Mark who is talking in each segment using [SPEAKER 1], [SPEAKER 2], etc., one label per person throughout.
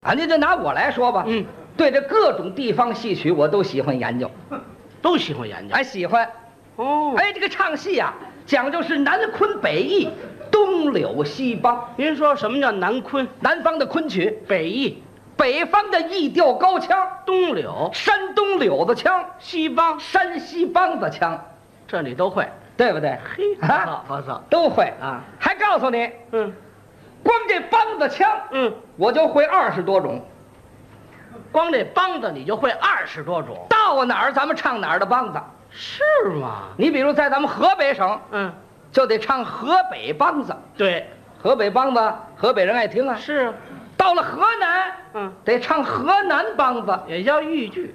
[SPEAKER 1] 啊，您就拿我来说吧，
[SPEAKER 2] 嗯，
[SPEAKER 1] 对这各种地方戏曲我都喜欢研究，
[SPEAKER 2] 都喜欢研究。
[SPEAKER 1] 哎，喜欢。
[SPEAKER 2] 哦哎，
[SPEAKER 1] 哎，这个唱戏啊，讲究是南昆北弋，东柳西梆，
[SPEAKER 2] 您说什么叫南昆、
[SPEAKER 1] 南方的昆曲，
[SPEAKER 2] 北弋、
[SPEAKER 1] 北方的弋调高腔，
[SPEAKER 2] 东柳、
[SPEAKER 1] 山东柳子腔，
[SPEAKER 2] 西梆，
[SPEAKER 1] 山西梆子腔，
[SPEAKER 2] 这你都会？
[SPEAKER 1] 对不对？
[SPEAKER 2] 嘿，不错
[SPEAKER 1] 啊，
[SPEAKER 2] 不错。
[SPEAKER 1] 都会
[SPEAKER 2] 啊。
[SPEAKER 1] 还告诉你，
[SPEAKER 2] 嗯
[SPEAKER 1] 光这梆子腔，
[SPEAKER 2] 嗯，
[SPEAKER 1] 我就会二十多种，
[SPEAKER 2] 光这梆子你就会二十多种，
[SPEAKER 1] 到哪儿咱们唱哪儿的梆子。
[SPEAKER 2] 是吗？
[SPEAKER 1] 你比如在咱们河北省，
[SPEAKER 2] 嗯，
[SPEAKER 1] 就得唱河北梆子。
[SPEAKER 2] 对，
[SPEAKER 1] 河北梆子，河北人爱听啊。
[SPEAKER 2] 是啊，
[SPEAKER 1] 到了河南，
[SPEAKER 2] 嗯，
[SPEAKER 1] 得唱河南梆子，
[SPEAKER 2] 也叫豫剧，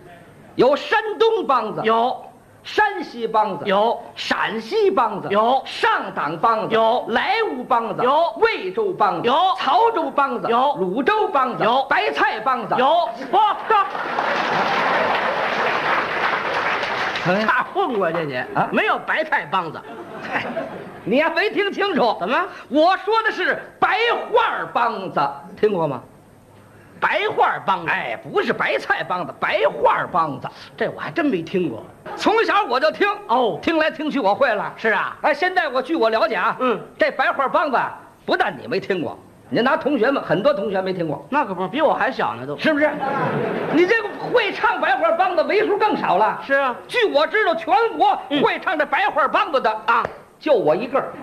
[SPEAKER 1] 有山东梆子，
[SPEAKER 2] 有
[SPEAKER 1] 山西梆子，
[SPEAKER 2] 有
[SPEAKER 1] 陕西梆子，
[SPEAKER 2] 有
[SPEAKER 1] 上党梆子，
[SPEAKER 2] 有
[SPEAKER 1] 莱芜梆子，
[SPEAKER 2] 有
[SPEAKER 1] 魏州梆子，
[SPEAKER 2] 有
[SPEAKER 1] 曹州梆子，
[SPEAKER 2] 有
[SPEAKER 1] 鲁州梆子，
[SPEAKER 2] 有
[SPEAKER 1] 白菜梆子，
[SPEAKER 2] 有，不这
[SPEAKER 1] 哎。
[SPEAKER 2] 差混过去你
[SPEAKER 1] 啊
[SPEAKER 2] 没有白菜梆子，
[SPEAKER 1] 你还没听清楚？
[SPEAKER 2] 怎么
[SPEAKER 1] 我说的是白话梆子，听过吗？
[SPEAKER 2] 白话梆子？，
[SPEAKER 1] 哎，不是白菜梆子，白话梆子。哎
[SPEAKER 2] 这我还真没听过。
[SPEAKER 1] 从小我就听，
[SPEAKER 2] 哦，
[SPEAKER 1] 听来听去我会了。
[SPEAKER 2] 是啊，
[SPEAKER 1] 哎，现在我据我了解啊，
[SPEAKER 2] 嗯，
[SPEAKER 1] 这白话梆子啊不但你没听过，你拿同学们很多同学没听过，
[SPEAKER 2] 那可不，比我还小呢都。
[SPEAKER 1] 是不是？你这个会唱白话梆子为数更少了。
[SPEAKER 2] 是啊，
[SPEAKER 1] 据我知道，全国
[SPEAKER 2] 嗯
[SPEAKER 1] 会唱这白话梆子的啊，就我一个儿。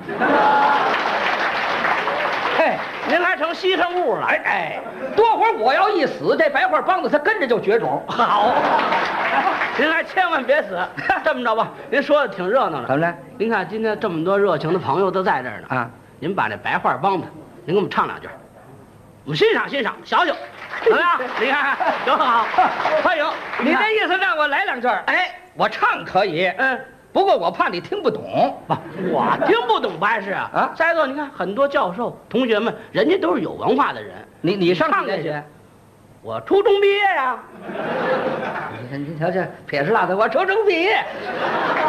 [SPEAKER 1] 嘿，
[SPEAKER 2] 您还成稀罕物了。
[SPEAKER 1] 哎哎，多会儿我要一死，这白话梆子它跟着就绝种。
[SPEAKER 2] 好，哎您还千万 别死。这么着吧，您说的挺热闹的。
[SPEAKER 1] 么了？
[SPEAKER 2] 您看今天这么多热情的朋友都在这儿呢，
[SPEAKER 1] 啊，
[SPEAKER 2] 您把这白话梆子，您给我们唱两句，我们欣赏欣赏，小 小，怎么样？你看看，多好，欢迎。
[SPEAKER 1] 啊你
[SPEAKER 2] 您看
[SPEAKER 1] 那意思让我来两句儿？
[SPEAKER 2] 哎，
[SPEAKER 1] 我唱可以，
[SPEAKER 2] 嗯，
[SPEAKER 1] 不过我怕你听不懂。
[SPEAKER 2] 不，我听不懂不碍事啊。
[SPEAKER 1] 啊
[SPEAKER 2] 再一个，你看很多教授同学们，人家都是有文化的人。
[SPEAKER 1] 你你上
[SPEAKER 2] 唱
[SPEAKER 1] 几年
[SPEAKER 2] 去
[SPEAKER 1] 学？
[SPEAKER 2] 我初中毕业呀、
[SPEAKER 1] 你看，你瞧瞧，撇是辣的，我初中 毕业，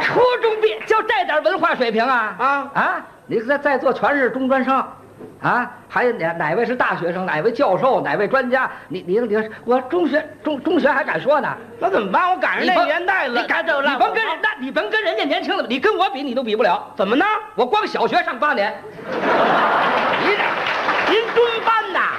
[SPEAKER 1] 初中毕业就这点文化水平啊
[SPEAKER 2] 啊
[SPEAKER 1] 啊！你在在座全是中专生，啊，还有哪哪位是大学生，哪位教授，哪位专家？你你你，我中学中中学还敢说呢？
[SPEAKER 2] 那怎么办？我赶上那
[SPEAKER 1] 甭
[SPEAKER 2] 年代了，
[SPEAKER 1] 你敢
[SPEAKER 2] 这
[SPEAKER 1] 你
[SPEAKER 2] 烂
[SPEAKER 1] 甭跟
[SPEAKER 2] 我
[SPEAKER 1] 人那你甭跟人家年轻的，你跟我比你都比不了。
[SPEAKER 2] 怎么呢？
[SPEAKER 1] 我光小学上八 年，
[SPEAKER 2] 您您中班呐？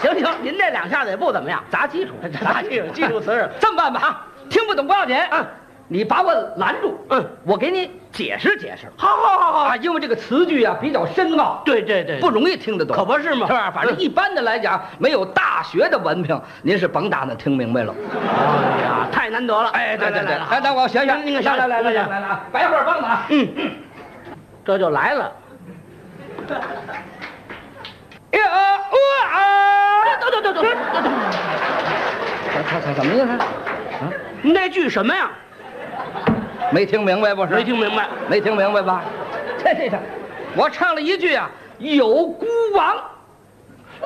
[SPEAKER 2] 行行，您这两下子也不怎么样，，
[SPEAKER 1] 砸基础
[SPEAKER 2] 砸基础基础词儿。
[SPEAKER 1] 这么办吧啊，听不懂不要紧
[SPEAKER 2] 嗯，
[SPEAKER 1] 你把我拦住，
[SPEAKER 2] 嗯，
[SPEAKER 1] 我给你解释解释。
[SPEAKER 2] 好好好好，
[SPEAKER 1] 啊，因为这个词句啊比较深奥，
[SPEAKER 2] 对对对，
[SPEAKER 1] 不容易听得懂，
[SPEAKER 2] 可不是嘛
[SPEAKER 1] 是吧？反正
[SPEAKER 2] 嗯
[SPEAKER 1] 一般的来讲，没有大学的文凭，您是甭打算听明白了。
[SPEAKER 2] 哎呀，太难得了。
[SPEAKER 1] 哎，对对对，
[SPEAKER 2] 来
[SPEAKER 1] 来来，我学学，
[SPEAKER 2] 您您
[SPEAKER 1] 来来来来来
[SPEAKER 2] 来，
[SPEAKER 1] 来来啊，白话梆子啊，
[SPEAKER 2] 嗯，这就来了。
[SPEAKER 1] 呀哦啊，
[SPEAKER 2] 等等等等等等，
[SPEAKER 1] 怎怎怎么意思？啊，
[SPEAKER 2] 您 那句什么呀？
[SPEAKER 1] 没听明白不是？
[SPEAKER 2] 没听明白。
[SPEAKER 1] 没听明白吧？这这这，我唱了一句啊，有孤王，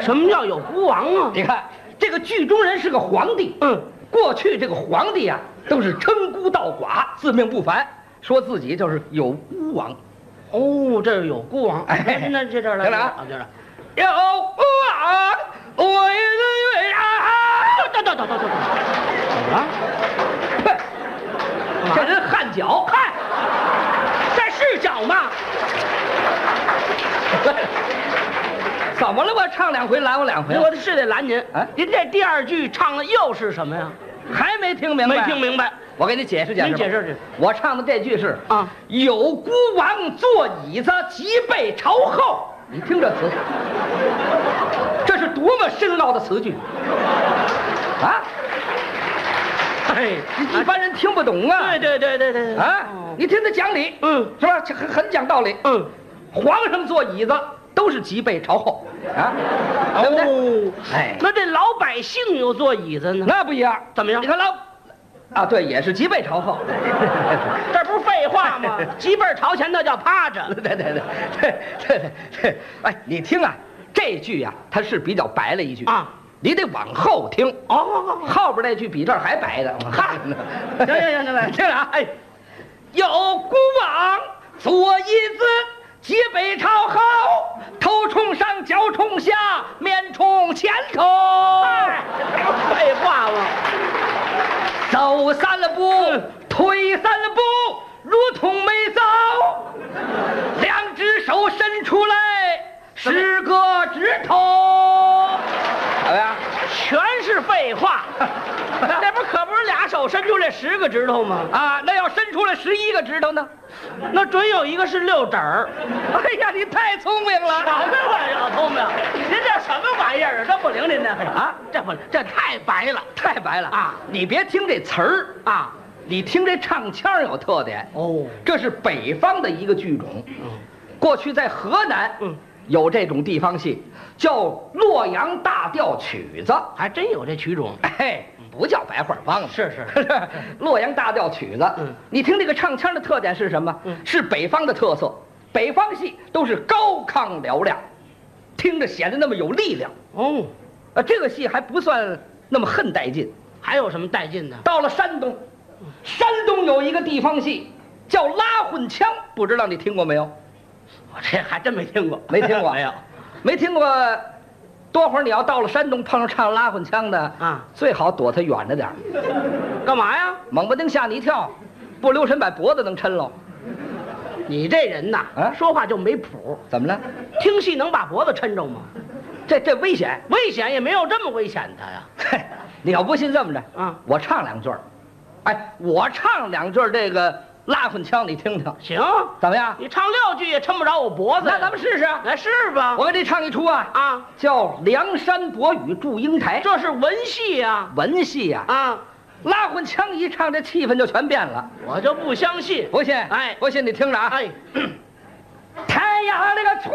[SPEAKER 2] 什么叫有孤王啊？
[SPEAKER 1] 你看这个剧中人是个皇帝，
[SPEAKER 2] 嗯，
[SPEAKER 1] 过去这个皇帝啊，都是称孤道寡，自命不凡，说自己就是有孤王。
[SPEAKER 2] 哦，这是有孤王。
[SPEAKER 1] 哎
[SPEAKER 2] 那这这儿来
[SPEAKER 1] 行了啊
[SPEAKER 2] 啊，这儿。
[SPEAKER 1] 有孤王，我一个月 啊！
[SPEAKER 2] 等等等等等等，怎么了？
[SPEAKER 1] 嘿这人汗脚，嗨，
[SPEAKER 2] 这是脚吗？
[SPEAKER 1] 怎么了？我唱两回，拦我两回
[SPEAKER 2] 我，是得拦您
[SPEAKER 1] 哎，
[SPEAKER 2] 您这第二句唱的又是什么呀？
[SPEAKER 1] 还没听明白？
[SPEAKER 2] 没听。明白
[SPEAKER 1] 我给你解释解释吧。
[SPEAKER 2] 您解释解释
[SPEAKER 1] 我唱的这句是
[SPEAKER 2] 啊？
[SPEAKER 1] 有孤王坐椅子，脊背朝后。你听这词，这是多么深奥的词句啊！
[SPEAKER 2] 嘿，
[SPEAKER 1] 一般人听不懂啊。
[SPEAKER 2] 哎对对对对对哦对
[SPEAKER 1] 啊，你听他讲理，
[SPEAKER 2] 嗯
[SPEAKER 1] 是吧？这很很讲道理。
[SPEAKER 2] 嗯，
[SPEAKER 1] 皇上坐椅子都是脊背朝后啊，对不对？
[SPEAKER 2] 哦，
[SPEAKER 1] 哎，
[SPEAKER 2] 那这老百姓又坐椅子呢？
[SPEAKER 1] 那不一样。
[SPEAKER 2] 怎么样
[SPEAKER 1] 你看老，啊，对，也是脊背朝后。
[SPEAKER 2] 这不是废话 吗？脊背朝前，那叫趴着。
[SPEAKER 1] 对对对对对对对，哎，你听啊，这句啊，它是比较白了一句
[SPEAKER 2] 啊，
[SPEAKER 1] 你得往后听，
[SPEAKER 2] 哦，好好好，
[SPEAKER 1] 后边那句比这儿还白的。
[SPEAKER 2] 嗨 行行行行来
[SPEAKER 1] 你听着啊，哎， 有孤往左一字，脊背朝后，头冲上，脚冲下，面冲前头。
[SPEAKER 2] 哎
[SPEAKER 1] 步，退三步，如同没遭。两只手伸出来，十个指头。怎么样？
[SPEAKER 2] 全是废 话，那不可不是俩手伸出来十个指头吗？
[SPEAKER 1] 啊，那要伸出来十一个指头呢？
[SPEAKER 2] 那准有一个是六指儿，
[SPEAKER 1] 哎呀，你太聪明了！
[SPEAKER 2] 少跟我这老聪明，您这什么玩意儿啊？这不灵，您这啊，这不灵这太白了。
[SPEAKER 1] 太白了
[SPEAKER 2] 啊！
[SPEAKER 1] 你别听这词儿
[SPEAKER 2] 啊，
[SPEAKER 1] 你听这唱腔儿有特点，
[SPEAKER 2] 哦，
[SPEAKER 1] 这是北方的一个剧种。
[SPEAKER 2] 嗯
[SPEAKER 1] 过去在河南，
[SPEAKER 2] 嗯，
[SPEAKER 1] 有这种地方戏，叫洛阳大调曲子。
[SPEAKER 2] 还真有这曲种。
[SPEAKER 1] 哎，不叫白话梆子，
[SPEAKER 2] 是是
[SPEAKER 1] 洛阳大调曲子。
[SPEAKER 2] 嗯
[SPEAKER 1] 你听这个唱腔的特点是什么？
[SPEAKER 2] 嗯
[SPEAKER 1] 是北方的特色。北方戏都是高亢嘹亮，听着显得那么有力量。
[SPEAKER 2] 哦，
[SPEAKER 1] 呃，这个戏还不算那么恨带劲。
[SPEAKER 2] 还有什么带劲的？
[SPEAKER 1] 到了山东，山东有一个地方戏叫拉混腔，不知道你听过没有？
[SPEAKER 2] 我这还真没听过，
[SPEAKER 1] 没听过，
[SPEAKER 2] 没有。，
[SPEAKER 1] 没听过。多会儿你要到了山东碰上唱拉混腔的
[SPEAKER 2] 啊，
[SPEAKER 1] 最好躲他远着点儿，
[SPEAKER 2] 干嘛呀？
[SPEAKER 1] 猛不丁吓你一跳，不留神把脖子弄抻喽。
[SPEAKER 2] 你这人呐，
[SPEAKER 1] 啊
[SPEAKER 2] 说话就没谱。
[SPEAKER 1] 怎么了？
[SPEAKER 2] 听戏能把脖子抻着吗？
[SPEAKER 1] 这这危险！
[SPEAKER 2] 危险也没有这么危险的呀。
[SPEAKER 1] 嘿，你要不信这么着
[SPEAKER 2] 啊
[SPEAKER 1] 我唱两句儿，哎，我唱两句儿这个拉混腔，你听听
[SPEAKER 2] 行，
[SPEAKER 1] 怎么样？
[SPEAKER 2] 你唱六句也抻不着我脖子呀。
[SPEAKER 1] 那咱们试试。
[SPEAKER 2] 来试吧。
[SPEAKER 1] 我给你唱一出啊，
[SPEAKER 2] 啊，
[SPEAKER 1] 叫《梁山伯与祝英台》，
[SPEAKER 2] 这是文戏呀、
[SPEAKER 1] 文戏呀、
[SPEAKER 2] 啊。
[SPEAKER 1] 拉混腔一唱，这气氛就全变了。
[SPEAKER 2] 我就不相信。
[SPEAKER 1] 不信？
[SPEAKER 2] 哎
[SPEAKER 1] 不信你听着啊！
[SPEAKER 2] 哎，
[SPEAKER 1] 太阳那个出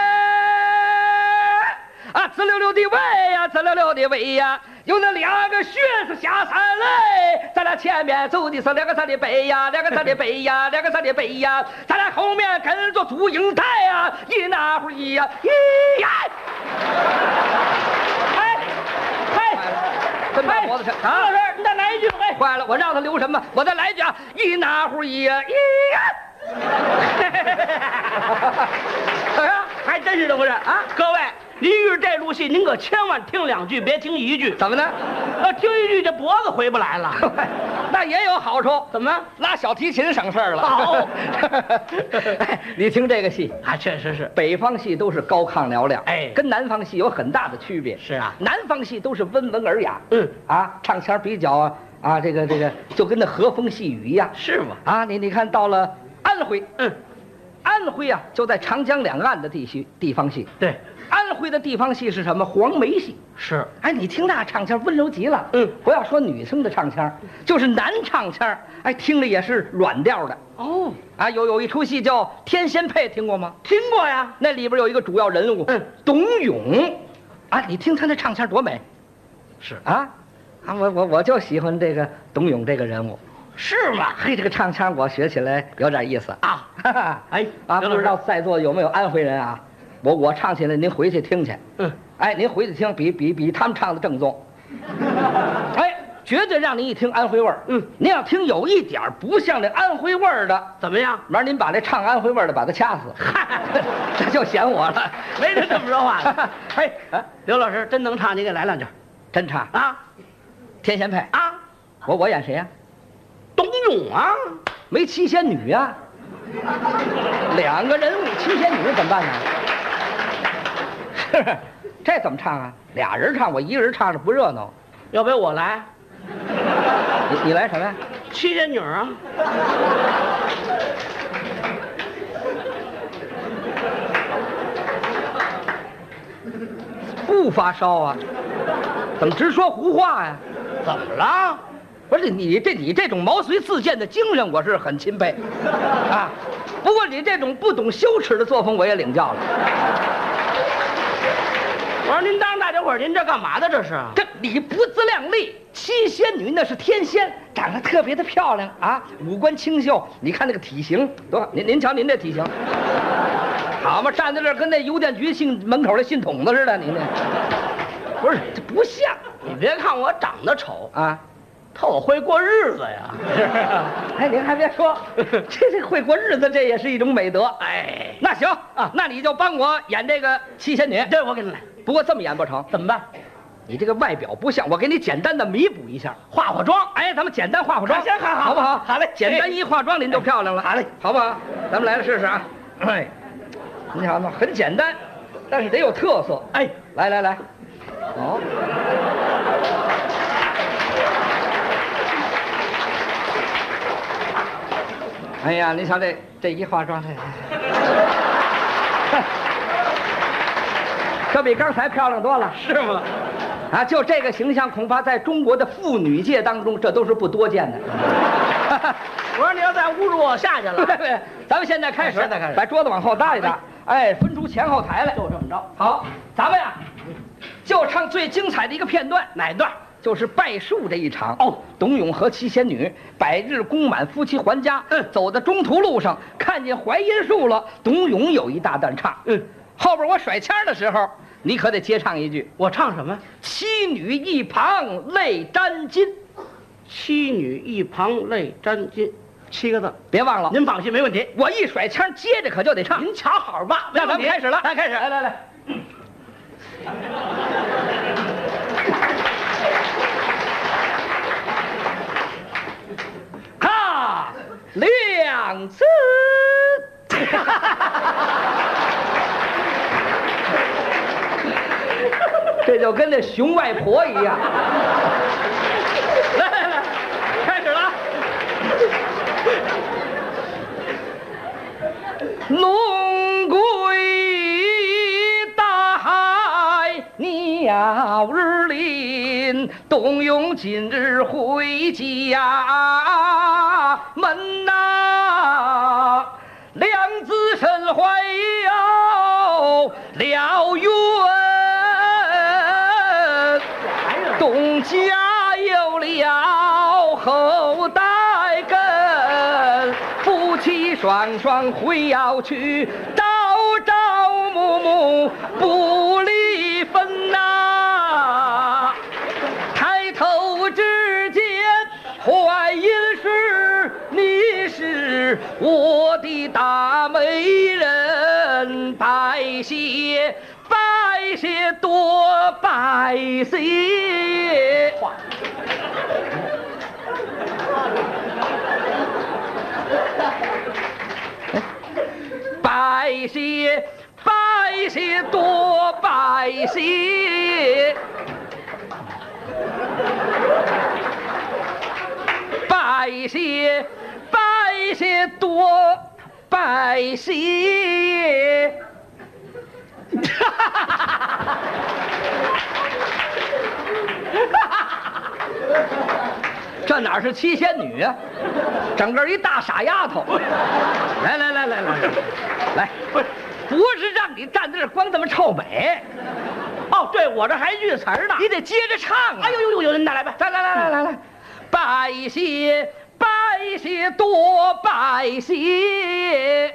[SPEAKER 1] 来，啊，呲溜溜的喂呀，呲溜溜的喂呀，有那两个学子下山来，咱俩前面走的是两个咱的背呀，两个咱的背呀，两个咱的背呀，咱俩后面跟着祝英台呀，一那会儿一呀，一呀，哎
[SPEAKER 2] 嗨，嗨，
[SPEAKER 1] 真把
[SPEAKER 2] 嗨，
[SPEAKER 1] 脖子啊抻
[SPEAKER 2] 张老师，你再来一句，哎嘿，
[SPEAKER 1] 坏了，我让他留什么？我再来一句啊！一拿壶一呀一哎呀，怎么样？
[SPEAKER 2] 还真是这回事啊！各位，您遇着这出戏，您可千万听两句，别听一句。
[SPEAKER 1] 怎么呢？
[SPEAKER 2] 要听一句，这脖子回不来了。
[SPEAKER 1] 那也有好处，
[SPEAKER 2] 怎么？
[SPEAKER 1] 拉小提琴省事儿了。
[SPEAKER 2] 哦
[SPEAKER 1] 哎你听这个戏，
[SPEAKER 2] 啊，确实是。
[SPEAKER 1] 北方戏都是高亢嘹亮，
[SPEAKER 2] 哎
[SPEAKER 1] 跟南方戏有很大的区别。
[SPEAKER 2] 是啊
[SPEAKER 1] 南方戏都是温文尔雅，
[SPEAKER 2] 嗯，
[SPEAKER 1] 啊，唱腔比较啊啊，这个这个就跟那和风细雨一样。
[SPEAKER 2] 是吗？
[SPEAKER 1] 啊，你你看到了安徽，
[SPEAKER 2] 嗯，
[SPEAKER 1] 安徽啊就在长江两岸的地区地方戏，
[SPEAKER 2] 对，
[SPEAKER 1] 安徽的地方戏是什么？黄梅戏。
[SPEAKER 2] 是。
[SPEAKER 1] 哎，你听那唱腔温柔极了。
[SPEAKER 2] 嗯
[SPEAKER 1] 不要说女生的唱腔，就是男唱腔，哎，听着也是软调的。
[SPEAKER 2] 哦，
[SPEAKER 1] 啊，有有一出戏叫《天仙配》，听过吗？
[SPEAKER 2] 听过呀。
[SPEAKER 1] 那里边有一个主要人物，
[SPEAKER 2] 嗯，
[SPEAKER 1] 董永。啊，你听他那唱腔多美
[SPEAKER 2] 是
[SPEAKER 1] 啊！啊，我我我就喜欢这个董永这个人物。
[SPEAKER 2] 是吗？
[SPEAKER 1] 嘿，这个唱腔我学起来有点意思啊。
[SPEAKER 2] 啊，
[SPEAKER 1] 哈哈，
[SPEAKER 2] 哎
[SPEAKER 1] 啊，
[SPEAKER 2] 刘
[SPEAKER 1] 不
[SPEAKER 2] 老
[SPEAKER 1] 知
[SPEAKER 2] 师
[SPEAKER 1] 道在座有没有安徽人啊？我我唱起来，您回去听去。
[SPEAKER 2] 嗯，
[SPEAKER 1] 哎，您回去听，比比比他们唱的正 宗。哎，绝对让您一听安徽味儿。
[SPEAKER 2] 嗯，
[SPEAKER 1] 您要听有一点儿不像那安徽味儿的，
[SPEAKER 2] 怎么样？
[SPEAKER 1] 明儿您把那唱安徽味儿的把他掐死， 这就嫌我了。
[SPEAKER 2] 没人这么说 话的。
[SPEAKER 1] 嘿，啊
[SPEAKER 2] 刘老师真能唱，你给来两句
[SPEAKER 1] 真差！
[SPEAKER 2] 啊
[SPEAKER 1] 天仙配，
[SPEAKER 2] 啊！
[SPEAKER 1] 我我演谁呀、
[SPEAKER 2] 董永啊，
[SPEAKER 1] 没七仙女呀、两个人物七仙女怎么办呢？是不是？这怎么唱啊？俩人唱，我一个人唱着不热闹。
[SPEAKER 2] 要不要我来？
[SPEAKER 1] 你你来什么呀？
[SPEAKER 2] 七仙女啊，
[SPEAKER 1] 不发烧啊？怎么直说胡话呀、
[SPEAKER 2] 怎么了？
[SPEAKER 1] 不是你这你这种毛遂自荐的精神，我是很钦佩，啊，不过你这种不懂羞耻的作风，我也领教了。
[SPEAKER 2] 我说您当着大家伙儿，您这干嘛的？这是？
[SPEAKER 1] 这你不自量力，七仙女那是天仙，长得特别的漂亮啊，五官清秀。你看那个体型多好，您您瞧您这体型，好嘛，站在这儿跟那邮电局信门口的信筒子似的，您这不是这不像
[SPEAKER 2] 你别看我长得丑，
[SPEAKER 1] 啊。
[SPEAKER 2] 他我会过日子呀。
[SPEAKER 1] 哎，您还别说，这这会过日子，这也是一种美德。
[SPEAKER 2] 哎，
[SPEAKER 1] 那行啊，那你就帮我演这个七仙女。
[SPEAKER 2] 这我给你来，
[SPEAKER 1] 不过这么演不成，
[SPEAKER 2] 怎么办？
[SPEAKER 1] 你这个外表不像，我给你简单的弥补一下，
[SPEAKER 2] 化化妆。
[SPEAKER 1] 哎，咱们简单化化妆，
[SPEAKER 2] 行好好
[SPEAKER 1] 好不好？
[SPEAKER 2] 好嘞哎
[SPEAKER 1] 简单一化妆您就漂亮了，
[SPEAKER 2] 好嘞，
[SPEAKER 1] 好不好？咱们来了试试啊，哎，你瞧嘛，很简单，但是得有特色。
[SPEAKER 2] 哎，
[SPEAKER 1] 来来来，哦，哎呀，您瞧这这一化 妆，这可比刚才漂亮多了
[SPEAKER 2] 是吗？
[SPEAKER 1] 啊！就这个形象，恐怕在中国的妇女界当中，这都是不多见的。
[SPEAKER 2] 我说你要再侮辱我，下去
[SPEAKER 1] 对
[SPEAKER 2] 了。
[SPEAKER 1] 对对，咱们现在开始，
[SPEAKER 2] 现在开始
[SPEAKER 1] 把桌子往后搭一搭，哎，分出前后台来，就这么着。好，咱们呀，就唱最精彩的一个片段，哪段？就是拜树这一场哦，董永和七仙女百日宫满，夫妻还家。嗯，走在中途路上，看见槐荫树了，董永有一大段唱。嗯，后边我甩签儿的时候，你可得接唱一句
[SPEAKER 2] 我唱什么？：“
[SPEAKER 1] 妻女一旁泪沾襟。
[SPEAKER 2] 妻女一旁泪沾襟，七个字。”
[SPEAKER 1] 别忘了，
[SPEAKER 2] 您放心，没问题。
[SPEAKER 1] 我一甩签儿，接着可就得唱。
[SPEAKER 2] 您瞧好吧，
[SPEAKER 1] 那咱们开始了，
[SPEAKER 2] 来开始。
[SPEAKER 1] 来 来来。哈，两次。 这就跟那熊外婆一 样。来来来，开始了啊。龙归大海，鸟儿林，董永今日回家门呐、两子身怀有了冤。董家有了后代根，夫妻双双回要去，朝朝暮暮不离分呐、抬头之间，怀音是你是我的大媒人，拜谢拜谢多拜谢。拜谢，拜谢，多拜谢，拜谢，拜谢，多拜谢。 这哪是七仙女啊，整个一大傻丫头。来来来来来来，来，不是不是让你站在这儿光这么臭美，
[SPEAKER 2] 哦，对，我这还遇词儿呢。
[SPEAKER 1] 你得接着唱啊！
[SPEAKER 2] 哎呦呦呦呦，您再来吧。
[SPEAKER 1] 来来来来来来，拜谢拜谢多拜谢。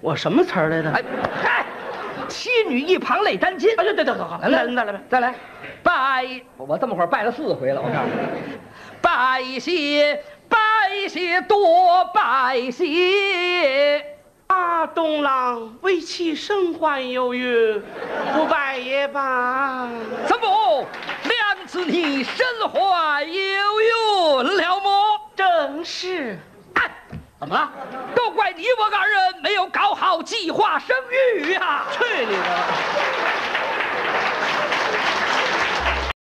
[SPEAKER 2] 我什么词儿来着？
[SPEAKER 1] 哎嗨，妻女一旁泪沾襟。
[SPEAKER 2] 哎，对对对，好好，
[SPEAKER 1] 来
[SPEAKER 2] 来
[SPEAKER 1] 来来来
[SPEAKER 2] 来来来
[SPEAKER 1] 来，再来，拜！我这么会儿拜了四回了，我告 诉你，拜谢拜谢多拜谢。
[SPEAKER 2] 啊，东郎为妻身患忧郁，不拜也罢。
[SPEAKER 1] 怎么，两次你身怀有孕了么？
[SPEAKER 2] 正是，
[SPEAKER 1] 哎，
[SPEAKER 2] 怎么了？
[SPEAKER 1] 都怪你我二人没有搞好计划生育啊！
[SPEAKER 2] 去你的！